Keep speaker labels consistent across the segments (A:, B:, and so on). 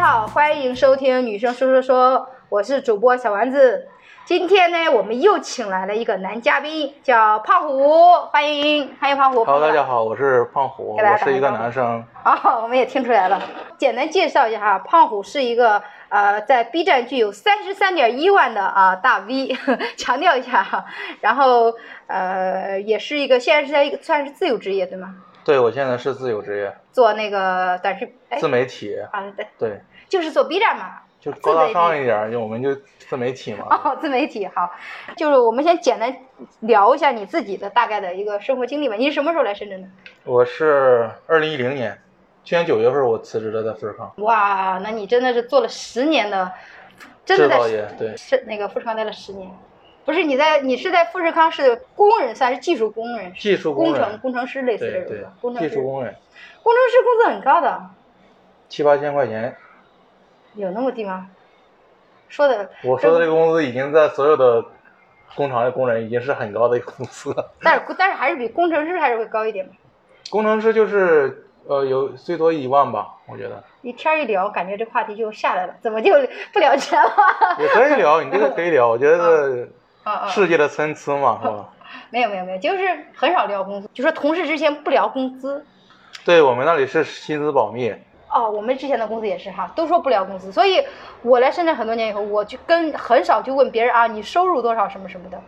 A: 好，欢迎收听《女生说说说》，我是主播小丸子。今天呢，我们又请来了一个男嘉宾，叫胖虎，欢迎，欢迎胖虎。
B: Hello，大家好，我是胖虎，
A: 给大家
B: 我
A: 打个
B: 是一个
A: 招呼
B: 男生。
A: 哦，我们也听出来了。简单介绍一下哈，胖虎是一个呃，在 B 站具有三十三点一万的啊、大 V，强 调一下哈。然后呃，也是一个现在是在一个算是自由职业对吗？
B: 对，我现在是自由职业，
A: 做那个短视哎
B: 自媒体，
A: 啊对，
B: 对，
A: 就是做 B 站嘛。
B: 就高大
A: 自
B: 上
A: 媒体
B: 一点儿，就我们就自媒体嘛。
A: 哦，自媒体好，就是我们先简单聊一下你自己的大概的一个生活经历吧。你是什么时候来深圳的？
B: 我是二零一零年，去年九月份我辞职了，在富士康
A: 哇，那你真的是做了十年的，真的
B: 制
A: 在
B: 造业。对，
A: 是那个富士康待了十年，不是你在你是在富士康是工人，算是技术工人，
B: 技术
A: 工
B: 工
A: 程
B: 人，
A: 工程师类似这
B: 对
A: 种
B: 对
A: 吧，工，程
B: 技
A: 师
B: 术工人，
A: 工程师工资很高的，
B: 七八千块钱。
A: 有那么低吗？说的，
B: 我说的这个工资已经在所有的工厂的工人已经是很高的一个工资了。
A: 但 是但是还是比工程师还是会高一点嘛。
B: 工程师就是呃有最多一万吧，我觉得
A: 你天儿一聊，感觉这话题就下来了，怎么就不聊钱了？
B: 也可以聊，你这个可以聊，我觉得
A: 啊啊，
B: 世界的参差嘛，是吧？
A: 没有没有没有，就是很少聊工资，就说同事之间不聊工资。
B: 对我们那里是薪资保密，
A: 哦，我们之前的公司也是哈，都说不聊工资，所以我来深圳很多年以后，我就跟很少去问别人啊，你收入多少什么什么的。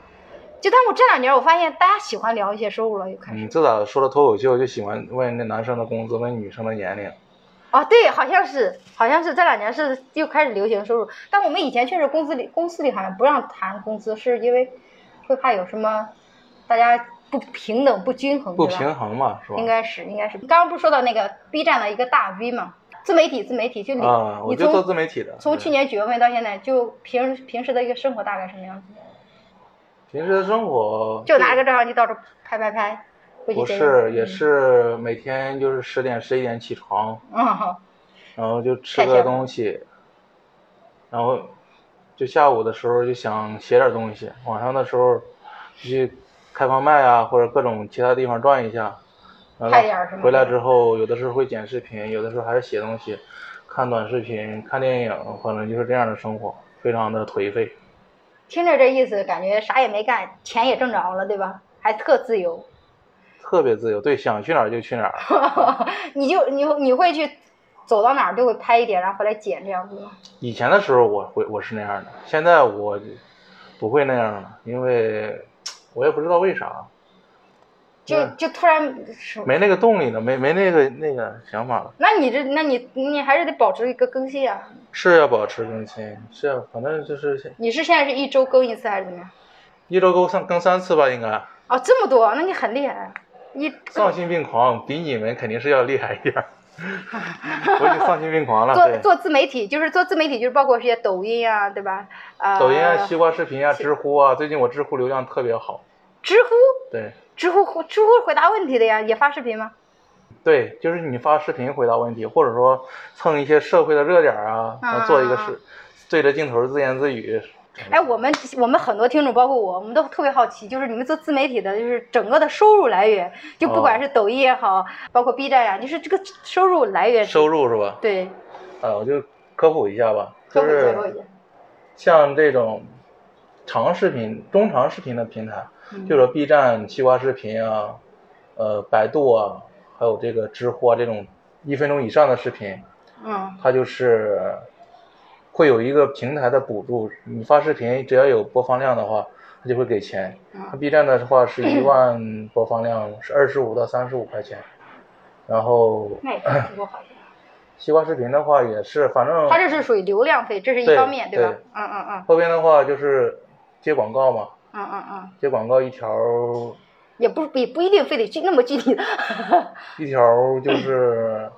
A: 就但我这两年我发现大家喜欢聊一些收入了，又开始、
B: 嗯，自打说了脱口秀，就喜欢问那男生的工资，问女生的年龄。
A: 啊，对，好像是好像是这两年是又开始流行收入，但我们以前确实公司里公司里好像不让谈工资，是因为会怕有什么大家不平等不均衡，
B: 不
A: 对吧
B: 平衡嘛，是吧？
A: 应该是，应该是。刚刚不是说到那个 B 站的一个大 V 嘛，自媒体，自媒体就你，
B: 啊，我
A: 你
B: 就做
A: 从
B: 自媒体的。
A: 从
B: 对
A: 去年九月份到现在，就平平时的一个生活大概什么样
B: 嗯
A: 子？
B: 平时的生活
A: 就拿个照相机到处拍拍拍，回去
B: 不
A: 剪
B: 是，
A: 剪
B: 也。是每天就是十点十一点起床，
A: 嗯，好
B: 然后就吃
A: 太羡慕
B: 个东西，然后就下午的时候就想写点东西，晚上的时候就去开放麦啊，或者各种其他地方转一下。完
A: 拍点儿什么
B: 了回来之后，有的时候会剪视频，有的时候还是写东西，看短视频、看电影，反正就是这样的生活，非常的颓废。
A: 听着这意思，感觉啥也没干，钱也挣着了，对吧？还特自由。
B: 特别自由，对，想去哪儿就去哪儿。
A: 你就你你会去走到哪儿就会拍一点，然后回来剪这样子吗？
B: 以前的时候我会我是那样的，现在我不会那样了，因为我也不知道为啥，
A: 就
B: 嗯
A: 就突然是。
B: 没那个动力了，没没那个那个想法了。
A: 那你这，那你你还是得保持一个更新啊！
B: 是要保持更新，是要，反正就是
A: 你是现在是一周更一次还是怎么样？
B: 一周更三更三次吧，应该。
A: 哦，这么多，那你很厉害。一
B: 丧心病狂比你们肯定是要厉害一点儿，我已经丧心病狂了。
A: 做
B: 对，
A: 做自媒体，就是做自媒体，就是包括一些抖音啊，对吧？啊，
B: 抖音啊、西瓜视频啊、知乎啊，最近我知乎流量特别好。
A: 知乎，
B: 对
A: 知乎，知乎回答问题的呀，也发视频吗？
B: 对，就是你发视频回答问题，或者说蹭一些社会的热点儿啊，
A: 啊
B: 做一个是对着镜头自言自语。
A: 哎，我们我们很多听众，包括我，我们都特别好奇，就是你们做自媒体的，就是整个的收入来源，就不
B: 哦
A: 管是抖音也好，包括 B 站呀、就是这个收入来源是。
B: 收入是吧？
A: 对，
B: 啊，我就科普一下吧，
A: 科
B: 就
A: 普
B: 是
A: 结构一下。
B: 像这种长视频、中长视频的平台，
A: 嗯
B: 比如说 B 站、西瓜视频啊，呃，百度啊，还有这个知乎啊这种一分钟以上的视频，
A: 嗯，
B: 它就是会有一个平台的补助，你发视频只要有播放量的话，它就会给钱。它
A: 嗯
B: B 站的 话是一万播放量是二十五到三十五块钱，然后
A: 那也是挺好的。
B: 西瓜视频的话也是，反正
A: 它这是属于流量费，这是一
B: 对
A: 方面，吧
B: 对？
A: 嗯嗯嗯
B: 后边的话就是接广告嘛，
A: 嗯嗯嗯，
B: 接广告一条
A: 也不也不一定非得具那么具体的。
B: 一条 就是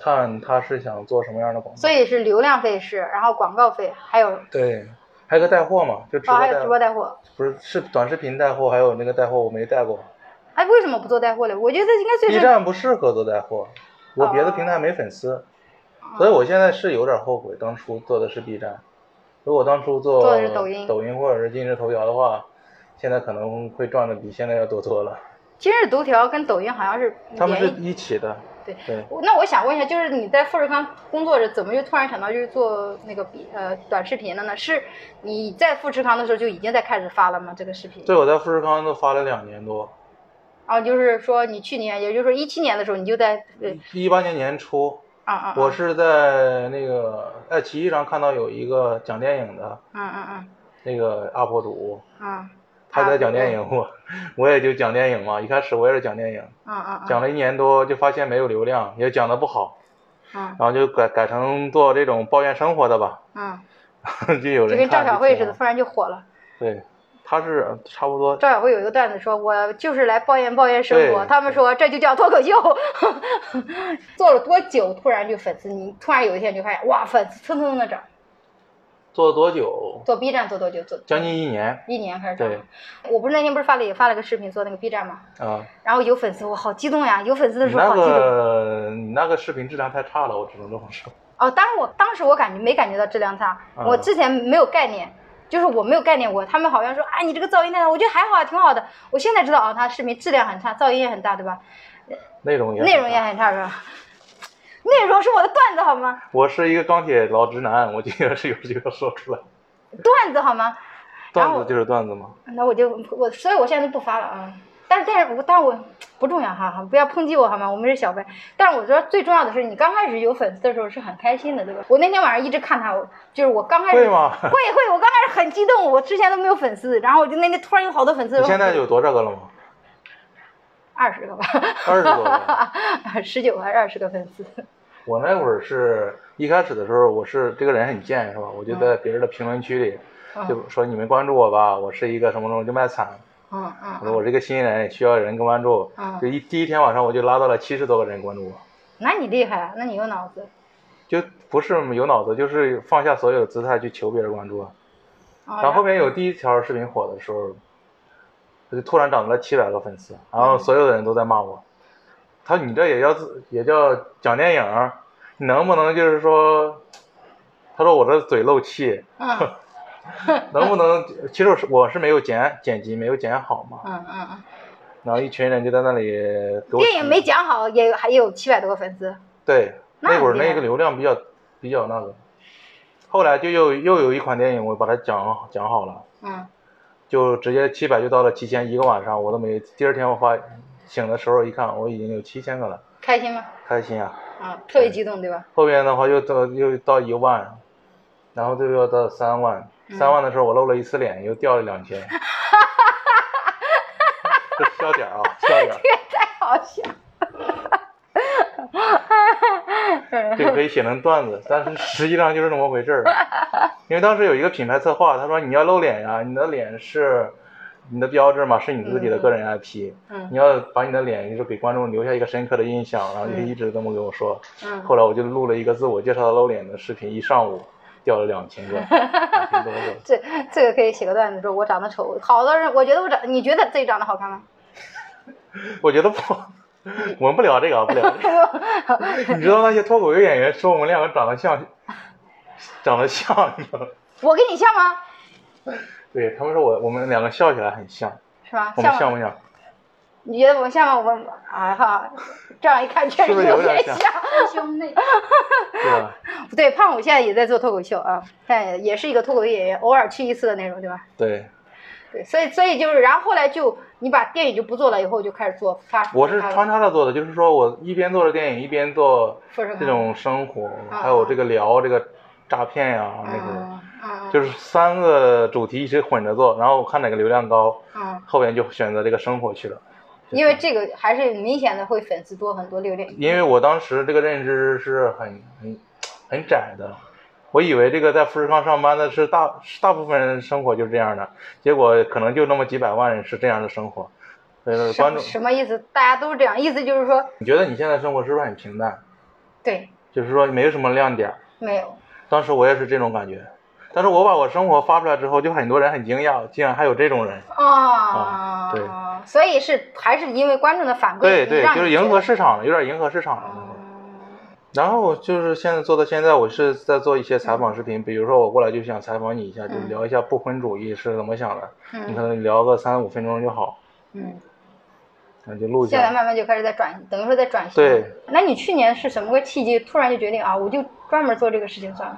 B: 看他是想做什么样的广告，
A: 所以是流量费是，然后广告费，还有
B: 对，还有个带货嘛，就
A: 哦，
B: 直播
A: 还
B: 带
A: 有直播带货。
B: 不是是短视频带货，还有那个带货我没带过
A: 哎，为什么不做带货了？我觉得应该最
B: ，B
A: 是哦
B: 站不适合做带货，我别的平台没粉丝，所以我现在是有点后悔当初做的是 B 站，如果当初做
A: 做的是抖音
B: 抖音或者是今日头条的话，现在可 能会赚的比现在要多多了，
A: 今日头条跟抖音好像是
B: 他们是
A: 连一
B: 一起的，
A: 对。
B: 对，
A: 那我想问一下，就是你在富士康工作着，怎么就突然想到就是做那个比呃短视频了呢？是你在富士康的时候就已经在开始发了吗？这个视频？
B: 对，我在富士康都发了两年多，
A: 啊，就是说你去年，也就是说一七年的时候，你就在呃
B: 一八年年初，
A: 啊 啊，啊
B: 嗯我是在那个爱奇艺上看到有一个讲电影的
A: 嗯嗯
B: 那个 UP 主，
A: 嗯嗯
B: 他在讲
A: 啊
B: 电影，我我也就讲电影嘛。一开始我也是讲电影，
A: 嗯嗯嗯
B: 讲了一年多，就发现没有流量，也讲的不好，
A: 嗯
B: 然后就改改成做这种抱怨生活的吧，
A: 嗯，
B: 就有
A: 就
B: 人
A: 跟赵
B: 看
A: 小慧似的，
B: 就挺好
A: 突然就火了。
B: 对，他是差不多，
A: 赵小慧有一个段子说：“我就是来抱怨抱怨生活。”
B: 对
A: 他们说这就叫脱口秀。 做了多久？突然就粉丝，你突然有一天你就发现，哇，粉丝蹭蹭蹭的涨。
B: 做了多久？
A: 做 B 站做多久？做
B: 将近一年
A: 一年开始涨
B: 对。
A: 我不是那天不是发了也发了个视频做那个 B 站嘛，
B: 啊。
A: 然后有粉丝，我好激动呀！有粉丝的
B: 你
A: 时候
B: 那
A: 好激动。
B: 个你那个视频质量太差了，我只能这么说。
A: 哦，当然我当时我感觉没感觉到质量差，
B: 嗯
A: 我之前没有概念，就是我没有概念过。他们好像说，哎，你这个噪音太大，我觉得还好，啊，挺好的。我现在知道啊，他视频质量很差，噪音也很大，对吧？
B: 内容也
A: 内容也
B: 也，
A: 很差，是吧？内容是我的段子好吗？
B: 我是一个钢铁老直男，我今天 是有这个说出来，
A: 段子好吗？然
B: 段
A: 后
B: 子就是段子嘛。
A: 那我就我，所以我现在就不发了啊。但是，但是我，但是我不重要哈，不要抨击我好吗？我们是小白。但是我觉得最重要的是，你刚开始有粉丝的时候是很开心的，对吧？我那天晚上一直看他，我就是我刚开始
B: 会吗？
A: 会会，我刚开始很激动，我之前都没有粉丝，然后我就那天突然有好多粉丝。
B: 你现在有多少个了吗？
A: 二十个吧，
B: 二十多 个。
A: 十九还是二十个粉丝？
B: 我那会儿是一开始的时候，我是这个人很贱，是吧？我就在别人的评论区里
A: 嗯
B: 就说你们关注我吧，我是一个什么什么就卖惨，
A: 嗯
B: 我说
A: 嗯，
B: 我是一个新人，需要有人关注
A: 嗯。
B: 就一第一天晚上我就拉到了七十多个人关注我，
A: 那你厉害啊，那你有脑子
B: 就不是有脑子，就是放下所有的姿态去求别人关注。
A: 啊。
B: 然后后面有第一条视频火的时候，我就突然涨到了七百个粉丝，
A: 嗯
B: 然后所有的人都在骂我，他说你这也叫自也叫讲电影儿，你能不能就是说，他说我这嘴漏气，
A: 嗯
B: 能不能？ 其实我是我是没有剪剪辑，没有剪好嘛，
A: 嗯嗯嗯，
B: 然后一群人就在那里给我
A: 电影没讲好，也有还有七百多个粉丝。
B: 对，
A: 那
B: 那会儿
A: 很厉害
B: 那个流量比较比较那个，后来就又又有一款电影我把它讲讲好了。
A: 嗯
B: 就直接七百就到了七千，一个晚上我都没。第二天我发醒的时候一看，我已经有七千个了，，
A: 开心吗？
B: 开心啊！
A: 啊，特别激动，对吧？
B: 后边的话又到又到一万，然后又要到三万，三万的时候我露了一次脸，又掉了两千。这笑点啊，笑点儿，
A: 这个太好笑了。
B: 这个可以写成段子，但是实际上就是这么回事儿。因为当时有一个品牌策划，他说你要露脸呀、你的脸是你的标志嘛，是你自己的个人 IP。
A: 嗯
B: 你要把你的脸，就是给观众留下一个深刻的印象，然后就一直这么跟我说。
A: 嗯，
B: 后来我就录了一个自我介绍的露脸的视频，一上午掉了两千个，两千多个。
A: 这这个可以写个段子，说我长得丑，好多人我觉得我长，你觉得自己长得好看吗？
B: 我觉得不，我们不聊这个，啊，不聊这个。你知道那些脱口秀演员说我们两个长得像，长得像，你知道吗？
A: 我跟你像吗？
B: 对他们说我我们两个笑起来很像，
A: 是吧？
B: 我们
A: 吗？
B: 像不像？
A: 你觉得我像吗？我啊哈，这样一看确实
B: 是不是有
A: 点
B: 点
A: 像
B: 像。
C: 兄妹，
B: 对啊吧？
A: 对，胖虎现在也在做脱口秀啊，但也也是一个脱口秀演员，偶尔去一次的那种，对吧？
B: 对，
A: 对，所以所以就是，然后后来就你把电影就不做了，以后就开始做发。
B: 我是
A: 发了
B: 穿插着做的，就是说我一边做着电影，一边做
A: 富士康
B: 这种生活，
A: 啊
B: 还有这个聊这个诈骗呀、那会儿。
A: 嗯嗯
B: 就是三个主题一直混着做，然后我看哪个流量高，
A: 嗯。
B: 后边就选择这个生活去了。
A: 因为这个还是明显的会粉丝多很多流量。
B: 因为我当时这个认知是很很很窄的，我以为这个在富士康上班的是大是大部分人生活就是这样的，结果可能就那么几百万人是这样的生活。呃，
A: 什
B: 观
A: 么
B: 众，
A: 什么意思？大家都是这样，意思就是说，
B: 你觉得你现在生活是不是很平淡？
A: 对，
B: 就是说没有什么亮点儿。
A: 没有，
B: 当时我也是这种感觉，但是我把我生活发出来之后，就很多人很惊讶，竟然还有这种人。
A: 啊，
B: 啊对
A: 所以是还是因为观众的反馈，
B: 对
A: 你
B: 对，
A: 让
B: 就是
A: 你觉
B: 迎
A: 得
B: 合市场了，有点迎合市场了那会儿。然后就是现在做到现在，我是在做一些采访视频，比如说我过来就想采访你一下，就
A: 嗯
B: 聊一下不婚主义是怎么想的，你可
A: 嗯
B: 能聊个三五分钟就好。
A: 嗯，
B: 那就录一
A: 现在
B: 下。
A: 慢慢就开始在转，等于说在转型。
B: 对，
A: 那你去年是什么个契机，突然就决定啊，我就专门做这个事情算了，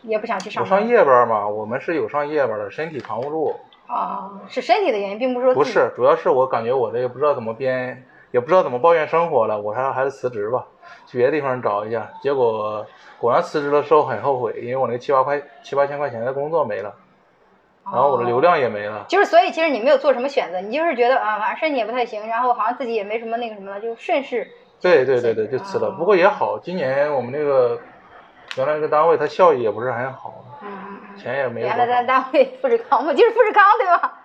A: 也不想去上
B: 我
A: 班。
B: 上夜班嘛，我们是有上夜班的，身体扛不住。
A: 啊，是身体的原因，并不是说
B: 不
A: 自己
B: 是，主要是我感觉我这也不知道怎么编，也不知道怎么抱怨生活了，我还还是辞职吧，去别的地方找一下。结果果然辞职的时候很后悔，因为我那七八块七八千块钱的工作没了，然后我
A: 哦
B: 的流量也没了。
A: 就是，所以其实你没有做什么选择，你就是觉得啊，反正身体也不太行，然后好像自己也没什么那个什么了，就顺势。
B: 对对对对，就辞
A: 啊
B: 了。不过也好，今年我们那个原来那个单位，它效益也不是很好，
A: 嗯，
B: 钱也没有
A: 原
B: 多
A: 来咱
B: 少。
A: 单位富士康嘛，就是富士康对吧？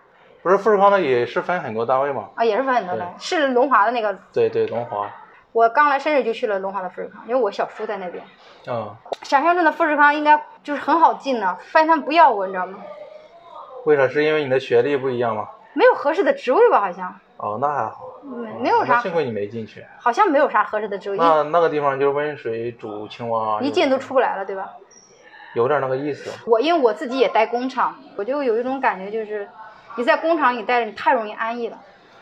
B: 不是富士康的也是分很多单位嘛？
A: 啊，也是分很多的，是龙华的那个。
B: 对对，龙华，
A: 我刚来深圳就去了龙华的富士康，因为我小叔在那边。
B: 嗯，
A: 陕乡镇的富士康应该就是很好进的，发现他们不要我，你知道吗？
B: 为啥？是因为你的学历不一样吗？
A: 没有合适的职位吧？好像
B: 哦，那还好，
A: 没没有
B: 哦那
A: 啥
B: 幸，亏你没进去。
A: 好像没有啥合适的职位，
B: 那啊那个地方就是温水煮青蛙，
A: 一一进都出不来了，对吧？
B: 有点那个意思。
A: 我因为我自己也待工厂，我就有一种感觉，就是你在工厂里待着，你太容易安逸了，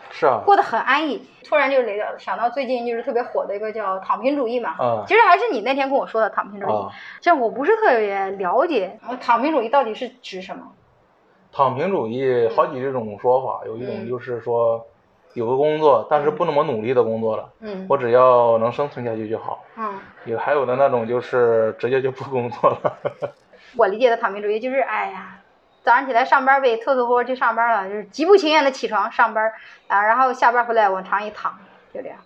B: 是啊，
A: 过得很安逸。突然就雷到想到最近就是特别火的一个叫躺平主义嘛，
B: 嗯
A: 其实还是你那天跟我说的躺平主义，
B: 啊，
A: 像我不是特别了解，呃躺平主义到底是指什么？
B: 躺平主义好几种说法，有一种
A: 嗯
B: 就是说有个工作，但是不怎么努力的工作了，
A: 嗯
B: 我只要能生存下去就好。
A: 嗯，
B: 有还有的那种就是直接就不工作了，
A: 我理解的躺平主义就是，哎呀，早上起来上班呗，凑凑合合去上班了，就是极不情愿的起床上班啊，然后下班回来往床一躺，就这样。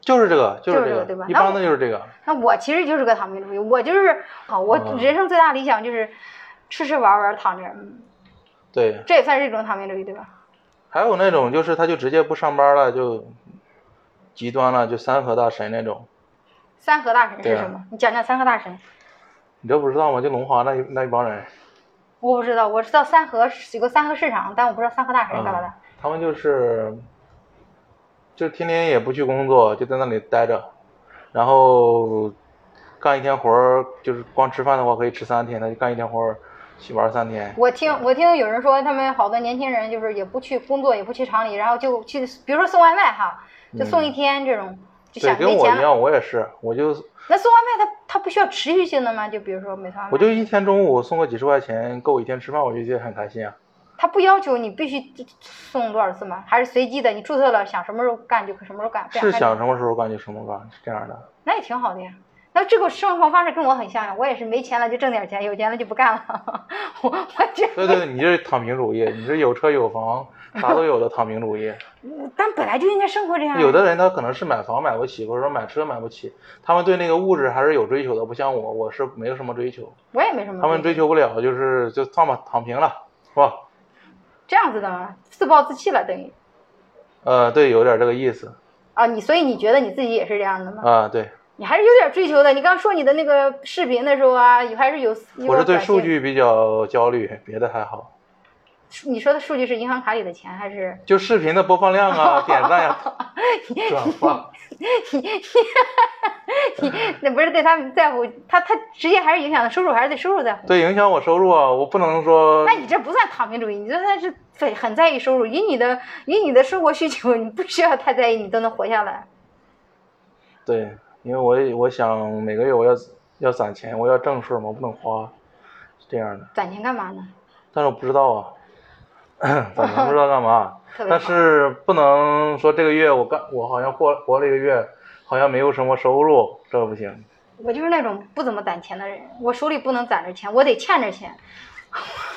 B: 就是这个，就是
A: 就是这
B: 这
A: 个对吧
B: 一般的就是这个。
A: 那我其实就是个躺平主义，我就是好，我
B: 嗯
A: 人生最大理想就是吃吃玩玩躺着，嗯
B: 对，
A: 这也算是一种躺平主义，对吧？
B: 还有那种就是他就直接不上班了，就极端了，就三和大神那种。
A: 三和大神
B: 对
A: 是
B: 啊
A: 什么？你讲讲三和大神。
B: 你这不知道吗？就龙华那一那一帮人，
A: 我不知道，我知道三和有个三和市场，但我不知道三和大神是干嘛的。
B: 他们就是，就天天也不去工作，就在那里待着，然后干一天活儿，就是光吃饭的话可以吃三天，他就干一天活儿，去玩三天。
A: 我听我听有人说，他们好多年轻人就是也不去工作，也不去厂里，然后就去，比如说送外卖哈，就送一天这种，就
B: 嗯对，
A: 想
B: 跟
A: 没
B: 我
A: 钱
B: 一
A: 了。
B: 样，我也是，我就
A: 那送外卖它它不需要持续性的吗？就比如说每餐外
B: 我
A: 卖，
B: 就一天中午送个几十块钱，够一天吃饭，我就觉得很开心啊。
A: 它不要求你必须送多少次吗？还是随机的？你注册了想什么时候干就可什么时候干，不
B: 是
A: 想干
B: 想什么时候干就什么干，是这样的。
A: 那也挺好的呀。那这个生活方式跟我很像呀，我也是没钱了就挣点钱，有钱了就不干了。 我我这，
B: 对对对，你这是躺平主义，你是有车有房啥都有的躺平主义。
A: 但本来就应该生活这样。
B: 有的人他可能是买房买不起，或者说买车买不起，他们对那个物质还是有追求的，不像我，我是没有什么追求，
A: 我也没什么。
B: 他们追求不了，就是就躺吧，躺平了，是吧？
A: 这样子的吗？自暴自弃了等于。
B: 呃，对，有点这个意思
A: 啊，你所以你觉得你自己也是这样的吗？
B: 啊、对，
A: 你还是有点追求的。你刚说你的那个视频的时候啊，你还是有。有
B: 我是对
A: 短信
B: 数。据比较焦虑，别的还好，
A: 你说的数据是银行卡里的钱还是？
B: 就视频的播放量啊、点赞呀、转发，
A: 你那不是对他在乎，他他直接还是影响的收入，还是对收入在乎？
B: 对，影响我收入啊，我不能说
A: 那你这不算躺平主义，你这算是很很在意收入。以你的以你的生活需求，你不需要太在意，你都能活下来。
B: 对，因为我也我想每个月我要要攒钱，我要挣数嘛，我不能花，是这样的。
A: 攒钱干嘛呢？。
B: 但是我不知道啊， 反正不知道干嘛
A: 特别好
B: 但是不能说这个月我干，我好像过活了一个月，好像没有什么收入，这不行。
A: 我就是那种不怎么攒钱的人，我手里不能攒着钱，我得欠着钱。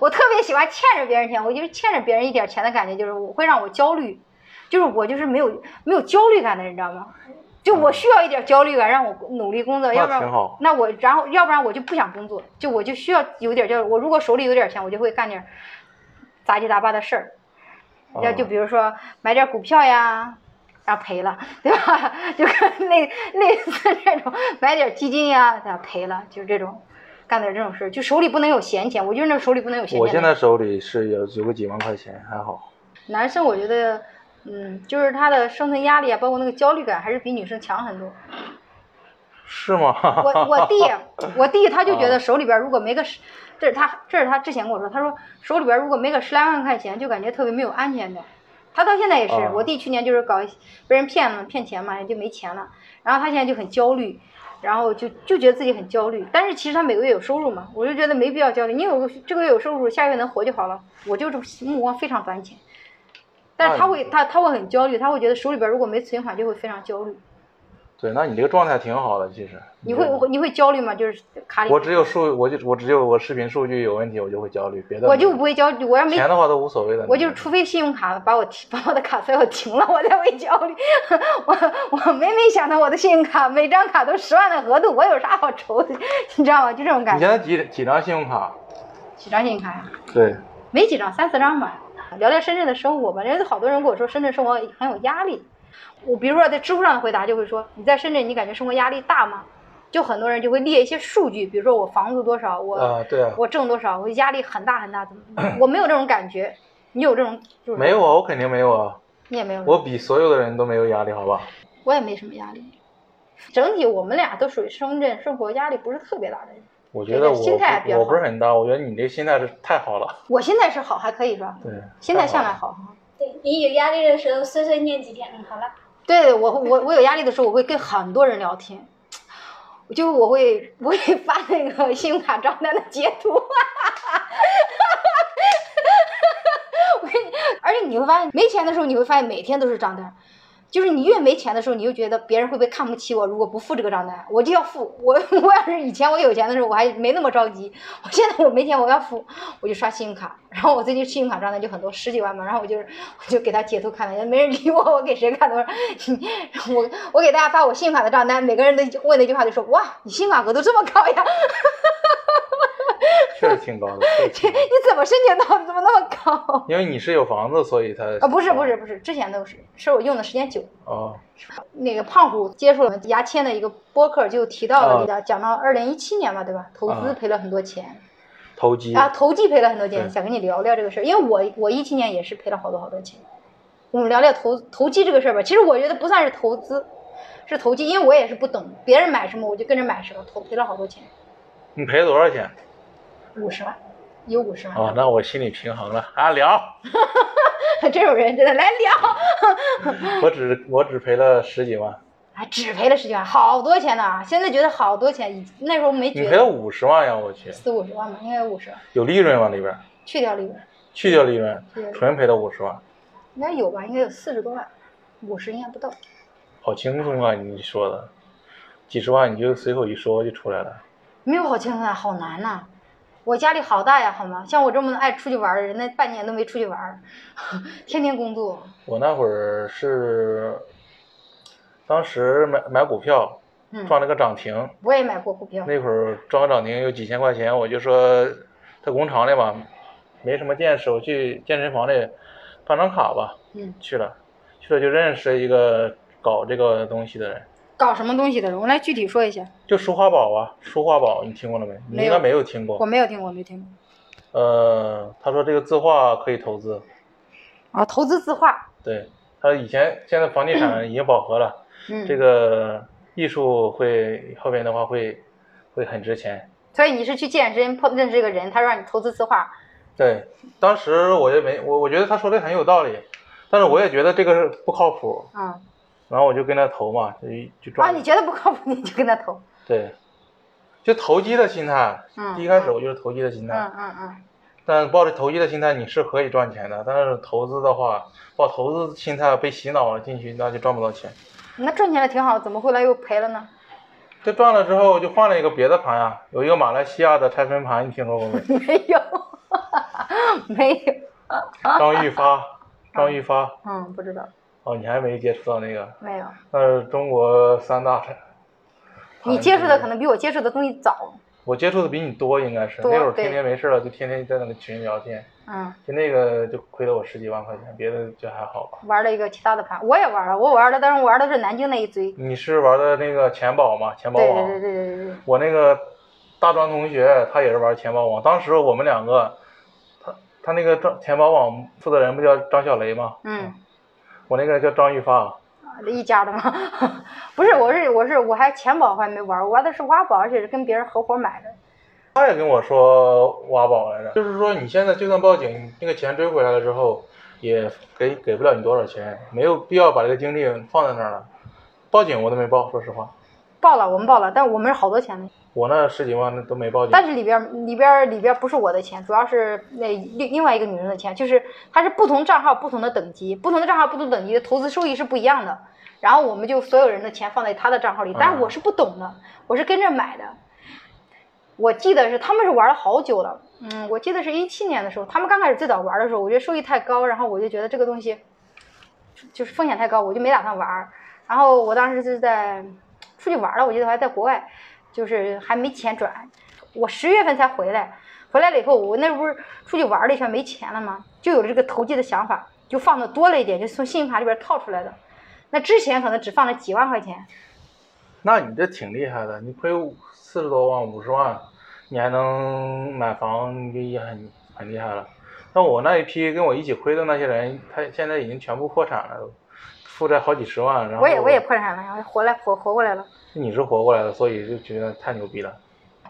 A: 我特别喜欢欠着别人钱，我就是欠着别人一点钱的感觉，就是我会让我焦虑，就是我就是没有没有焦虑感的人，你知道吗？就我需要一点焦虑感，让我努力工作，要不然
B: 嗯挺好
A: 那我然后要不然我就不想工作，就我就需要有点焦虑。我如果手里有点钱，我就会干点杂七杂八的事儿，要就
B: 啊
A: 比如说买点股票呀，然后赔了，对吧？ 就跟类类似这种买点基金呀，然后赔了，就这种干点这种事儿，就手里不能有闲钱。我就是那手里不能有闲钱的人。
B: 我现在手里是有有个几万块钱，还好。
A: 男生我觉得，嗯，就是他的生存压力啊，包括那个焦虑感，还是比女生强很多。
B: 是吗？
A: 我我弟我弟他就觉得
B: 哦
A: 手里边如果没个十，这是他这是他之前跟我说，他说手里边如果没个十来万块钱，就感觉特别没有安全感。他到现在也是，
B: 啊
A: 我弟去年就是搞被人骗了，骗钱嘛，就没钱了，然后他现在就很焦虑，然后就就觉得自己很焦虑，但是其实他每个月有收入嘛，我就觉得没必要焦虑，你有这个月有收入，下个月能活就好了，我就是目光非常短浅，但是他会他他会很焦虑，他会觉得手里边如果没存款就会非常焦虑，
B: 对，那你这个状态挺好的，其实。
A: 你会
B: 我
A: 你会焦虑吗？就是卡里
B: 我只有数，我就我只有我视频数据有问题，我就会焦虑，别的
A: 我
B: 没
A: 就
B: 有
A: 不会焦虑，我要没
B: 钱的话都无所谓的。
A: 我就是除非信用卡把我停， 把我的卡所有停了，我才会焦虑。 我我每每想到我的信用卡每张卡都十万的额度，我有啥好愁的？ 你知道吗？就这种感
B: 你现
A: 觉。
B: 在几几张信用卡？
A: 几张信用卡呀？
B: 对，
A: 没几张，三四张吧。聊聊深圳的生活吧，人家好多人跟我说深圳生活很有压力。我比如说在知乎上的回答就会说，你在深圳你感觉生活压力大吗？就很多人就会列一些数据，比如说我房租多少，我、
B: 啊，对啊，
A: 我挣多少，我压力很大很大，怎么？我没有这种感觉，你有这种？就是
B: 没有啊，我肯定没有啊，
A: 你也没有。
B: 我比所有的人都没有压力，好吧？
A: 我也没什么压力。整体我们俩都属于深圳生活压力不是特别大的人，
B: 我觉得我
A: 心态比较
B: 不我不是
A: 好
B: 很大，我觉得你这心态是太好了，
A: 我现在是好，还可以是吧？
B: 对，
A: 现在
B: 太
A: 向
B: 好
A: 来
B: 了。
A: 好。
C: 对你有压力的时候碎碎念几天，嗯，好了，
A: 对我，我我有压力的时候，我会跟很多人聊天，我就我会我会发那个 信用卡账单的截图， 我跟你，而且你会发现，没钱的时候你会发现每天都是账单，就是你越没钱的时候，你就觉得别人会不会看不起我，如果不付这个账单，我就要付。我我要是以前我有钱的时候，我还没那么着急，我 现在我没钱我要付，我就刷信用卡。然后我最近信用卡账单就很多，十几万嘛，然后我就是我就给他截图看了，也没人理我，我给谁看都是我我给大家发我信用卡的账单，每个人都问的一句话就说哇，你信用卡额度这么高呀？
B: 确实挺高的，确 实挺高的
A: 你怎么申请到怎么那么高？
B: 因为你是有房子，所以才
A: 啊，不是不是不是，之前都是，是我用的时间久，
B: 哦，
A: 那个胖虎接触了牙签的一个播客，就提到
B: 啊
A: 了讲、讲到二零一七年吧，对吧？投资
B: 啊
A: 赔了很多钱，
B: 投机
A: 啊，投机赔了很多钱，
B: 对
A: 想跟你聊聊这个事儿，因为我我一七年也是赔了好多好多钱。我们聊聊投投机这个事儿吧，其实我觉得不算是投资，是投机，因为我也是不懂，别人买什么我就跟着买什么，投赔了好多钱，
B: 你赔了多少钱？
A: 五十万，有五十万。
B: 哦，那我心里平衡了啊，聊，
A: 这种人真的来聊，
B: 我只我只赔了十几万，
A: 啊，只赔了十几万，好多钱呢！现在觉得好多钱，以那时候没
B: 你
A: 觉
B: 赔了
A: 得
B: 五十万呀，我去，
A: 四五十万吧，应该有五十万，
B: 有利润吗？里边儿
A: 去掉利润。
B: 去掉利润
A: 对，
B: 纯赔了五十万，
A: 应该有吧，应该有四十多万，五十应该不到。
B: 好轻松啊，你说的，几十万你就随口一说就出来了。
A: 没有好轻松啊，好难呐、我压力好大呀，好吗？像我这么爱出去玩儿的人，那半年都没出去玩儿， 天天工作。
B: 我那会儿是，当时买买股票
A: 嗯，
B: 撞了个涨停，
A: 我也买过股票，
B: 那会儿撞个涨停有几千块钱，我就说在工厂里吧，没什么见识，我去健身房里办张卡吧，
A: 嗯，
B: 去了，去了就认识一个搞这个东西的人，
A: 搞什么东西的人，我来具体说一下。
B: 就舒华宝啊，舒华宝你听过了没？你应该没有听
A: 我
B: 过。
A: 没有听过，没听过。
B: 呃，他说这个字画可以投资，
A: 啊，投资字画，
B: 对他以前现在房地产已经饱和了。
A: 嗯，
B: 这个艺术会后面的话会会很值钱。
A: 所以你是去健身碰认识这个人，他让你投资字画，
B: 对，当时我也没我我觉得他说的很有道理，但是我也觉得这个是不靠谱，
A: 嗯，
B: 然后我就跟他投嘛，就就
A: 啊，
B: 赚。
A: 你觉得不靠谱，你就跟他投，
B: 对，就投机的心态。
A: 嗯
B: 第一开始我就是投机的心态，
A: 嗯嗯嗯，
B: 但抱着投机的心态你是可以赚钱的，但是投资的话，抱投资心态被洗脑了进去，那就赚不到钱。
A: 那赚钱了挺好，怎么后来又赔了呢？
B: 这赚了之后就换了一个别的盘啊，有一个马来西亚的拆分盘，你听说过没？
A: 没有， 没有，啊
B: 张玉发，张玉发。
A: 嗯，不知道，
B: 哦，你还没接触到那个？
A: 没有。
B: 那是中国三大产。
A: 你接触的可能比我接触的东西早，
B: 我接触的比你多，应该是那
A: 多
B: 会儿
A: 对
B: 天天没事了，就天天在那个群聊天，
A: 嗯，
B: 就那个就亏了我十几万块钱，别的就还好吧。
A: 玩了一个其他的盘，我也玩了，我玩了，但是玩的是南京那一堆，
B: 你是玩的那个钱宝吗？钱宝
A: 对
B: 网。
A: 对对对对对，
B: 我那个大专同学他也是玩钱宝网，当时我们两个，他他那个张钱宝网负责人不叫张小雷吗？
A: 嗯，
B: 我那个叫张玉发。啊
A: 一家的嘛， 不是，我是我是我还钱宝还没玩，我玩的是挖宝，而且是跟别人合伙买的，
B: 他也跟我说挖宝来着，就是说你现在就算报警，那个钱追回来了之后，也给给不了你多少钱，没有必要把这个精力放在那儿了。报警我都没报，说实话，
A: 报了，我们报了，但是我们是好多钱的，
B: 我那十几万那都没报警。
A: 但是里边儿里边儿里边儿不是我的钱，主要是那另另外一个女人的钱，就是它是不同账号不同的等级，不同的账号不同等级的投资收益是不一样的。然后我们就所有人的钱放在她的账号里，但是我是不懂的，我是跟着买的。我记得是他们是玩了好久了，嗯，我记得是一七年的时候，他们刚开始最早玩的时候，我觉得收益太高，然后我就觉得这个东西就是风险太高，我就没打算玩儿。然后我当时就是在出去玩儿了，我记得我还在国外，就是还没钱转。我十月份才回来，回来了以后，我那不是出去玩儿了一圈没钱了吗？就有了这个投机的想法，就放的多了一点，就从信用卡里边套出来的。那之前可能只放了几万块钱，
B: 那你这挺厉害的，你亏四十多万、五十万，你还能买房，你就也很很厉害了。那我那一批跟我一起亏的那些人，他现在已经全部破产了，负债好几十万。然后
A: 我也我也破产了，然后活来活活过来了。
B: 你是活过来了，所以就觉得太牛逼了。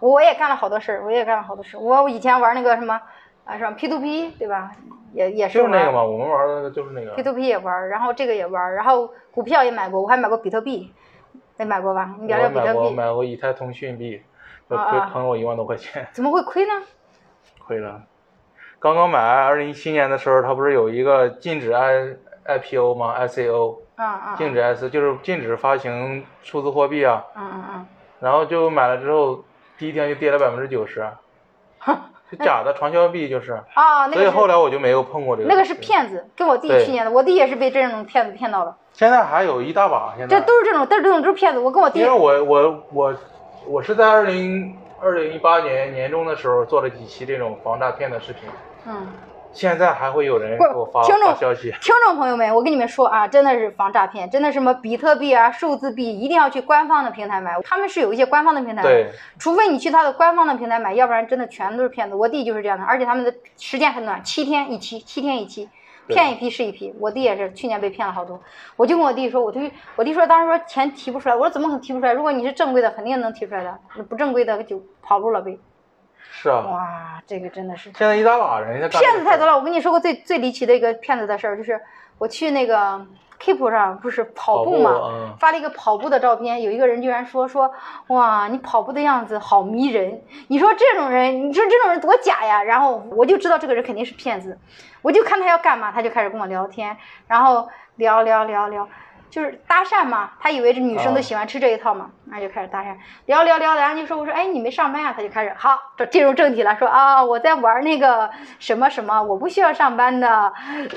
A: 我也干了好多事儿，我也干了好多事儿。我以前玩那个什么啊，什么 P to P 对吧？也也是
B: 就是那
A: 玩
B: 个嘛，我们玩的那个就是那
A: P
B: 个。
A: to P 也玩儿，然后这个也玩儿，然后股票也买过，我还买过比特币，没买过吧？你聊聊
B: 我
A: 比
B: 买过
A: 特币
B: 买过以太通讯币，就
A: 啊
B: 亏
A: 啊
B: 坑了我一万多块钱。
A: 怎么会亏呢？
B: 亏了。刚刚买，二零一七年的时候，它不是有一个禁止 I IPO 吗？ICO
A: 啊啊！
B: 禁止 S 就是禁止发行数字货币啊。
A: 嗯嗯嗯，
B: 然后就买了之后，第一天就跌了百分之九十，啊就假的传销币就是。
A: 啊，那
B: 所以
A: 个
B: 后
A: 是
B: 来我就没有碰过这个。
A: 那个是。骗子，跟我弟
B: 对
A: 去年的，我弟也是被这种骗子骗到了，
B: 现在还有一大把，现在
A: 这都是这种，都是这种都是骗子。我跟我弟
B: 因为我我我我是在二零二零一八年年中的时候做了几期这种防诈骗的视频，
A: 嗯。
B: 现在还会有人
A: 不
B: 给我发
A: 听众
B: 发消息。
A: 听众朋友们，我跟你们说啊，真的是防诈骗，真的什么比特币啊、数字币，一定要去官方的平台买，他们是有一些官方的平台，
B: 对，
A: 除非你去他的官方的平台买，要不然真的全都是骗子。我弟就是这样的，而且他们的时间很短，七天一期，七天一期，
B: 对
A: 骗一批是一批。我弟也是去年被骗了好多，我就跟我弟说，我弟我弟说当时说钱提不出来，我说怎么可能提不出来？如果你是正规的，肯定能提出来的，不正规的就跑路了呗。
B: 是啊。
A: 哇，这个真的是。
B: 现在一大把人在
A: 哦
B: 干
A: 骗子太多
B: 了。
A: 了。我跟你说过最最离奇的一个骗子的事儿，就是我去那个 Keep 上不是跑步嘛，
B: 跑步嗯
A: 发了一个跑步的照片，有一个人居然说说哇，你跑步的样子好迷人。你说这种人，你说这种人多假呀？然后我就知道这个人肯定是骗子，我就看他要干嘛，他就开始跟我聊天，然后聊聊聊聊。就是搭讪嘛，他以为这女生都
B: 啊
A: 喜欢吃这一套嘛，那就开始搭讪，聊聊聊，然后就说我说哎你没上班啊，他就开始好这进入正题了，说啊我在玩那个什么什么，我不需要上班的，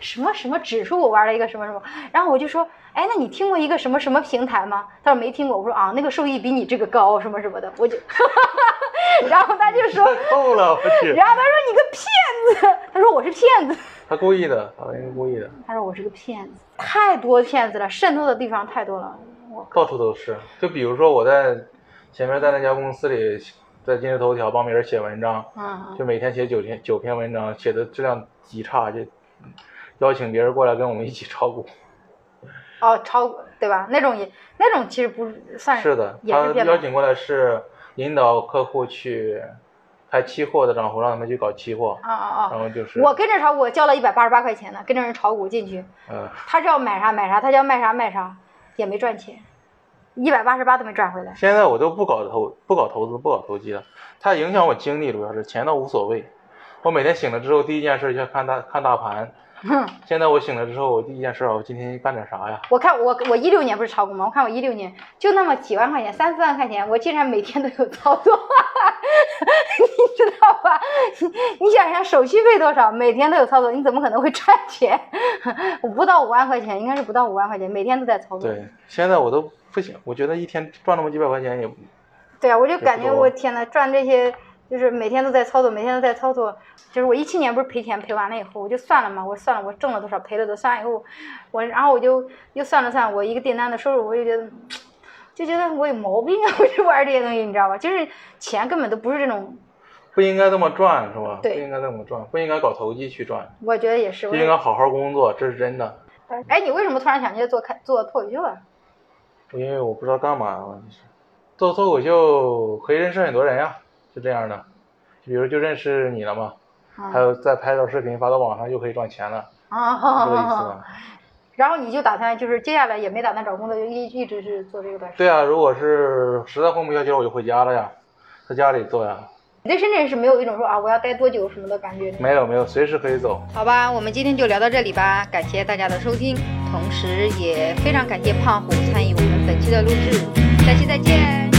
A: 什么什么指数，我玩了一个什么什么，然后我就说哎那你听过一个什么什么平台吗？他说没听过，我说啊那个收益比你这个高什么什么的，我就， 然后他就说，
B: 够了，我去，
A: 然后他说你个骗子，他说我是骗子。
B: 他故意的，他应该故意的，
A: 他说我是个骗子，太多骗子了，渗透的地方太多了。我
B: 到处都是。就比如说我在前面在那家公司里，在今日头条帮别人写文章，
A: 嗯，
B: 就每天写九篇九篇文章，写的质量极差，就邀请别人过来跟我们一起炒股。
A: 哦，超对吧？那种也那种其实不是算
B: 是的，
A: 也
B: 他
A: 是骗
B: 邀
A: 子。
B: 请过来是引导客户去开期货的账户，让他们去搞期货，
A: 啊啊
B: 然
A: 啊！
B: 后就是
A: 我跟着炒股，我交了一百八十八块钱呢，跟着人炒股进去，
B: 嗯。
A: 他是要买啥买啥，他就要卖啥卖啥，也没赚钱，一百八十八都没赚回来。
B: 现在我都不搞投，不搞投资，不搞投机了。它影响我精力，主要是钱倒无所谓。我每天醒了之后，第一件事就要看大看大盘。
A: 哼，
B: 现在我醒了之后，我第一件事啊，我今天干点啥呀？
A: 我看我我一六年不是炒股吗？我看我一六年就那么几万块钱，三四万块钱，我竟然每天都有操作， 你知道吧？你你想想手续费多少，每天都有操作，你怎么可能会赚钱？不到五万块钱，应该是不到五万块钱，每天都在操作。
B: 对，现在我都不行，我觉得一天赚那么几百块钱也
A: 对啊，我就感觉
B: 也不多
A: 我天呐，赚这些就是每天都在操作，每天都在操作。就是我一七年不是赔钱赔完了以后，我就算了嘛，我算了我挣了多少，赔了多少，算完以后，我然后我就又算了算我一个订单的收入，我就觉得。就觉得我有毛病啊！我 就玩这些东西，你知道吧？就是钱根本都不是这种，
B: 不应该这么赚，是吧？
A: 对
B: 不应该这么赚，不应该搞投机去赚，
A: 我觉得也是。我
B: 不应该好好工作，这是真的。
A: 哎，你为什么突然想去做开做脱口秀啊？
B: 因为我不知道干嘛，啊问题是做脱口秀可以认识很多人呀，是这样的。比如就认识你了嘛，
A: 嗯
B: 还有再拍点视频发到网上又可以赚钱了，
A: 啊，
B: 是这个意思吧？
A: 然后你就打算就是接下来也没打算找工作，就一一直是做这个短视频。
B: 对啊，如果是实在混不下去了，我就回家了呀，在家里做呀。
A: 你对深圳是没有一种说啊我要待多久什么的感觉。
B: 没有没有，随时可以走。
A: 好吧，我们今天就聊到这里吧，感谢大家的收听，同时也非常感谢胖虎参与我们本期的录制，下期再见。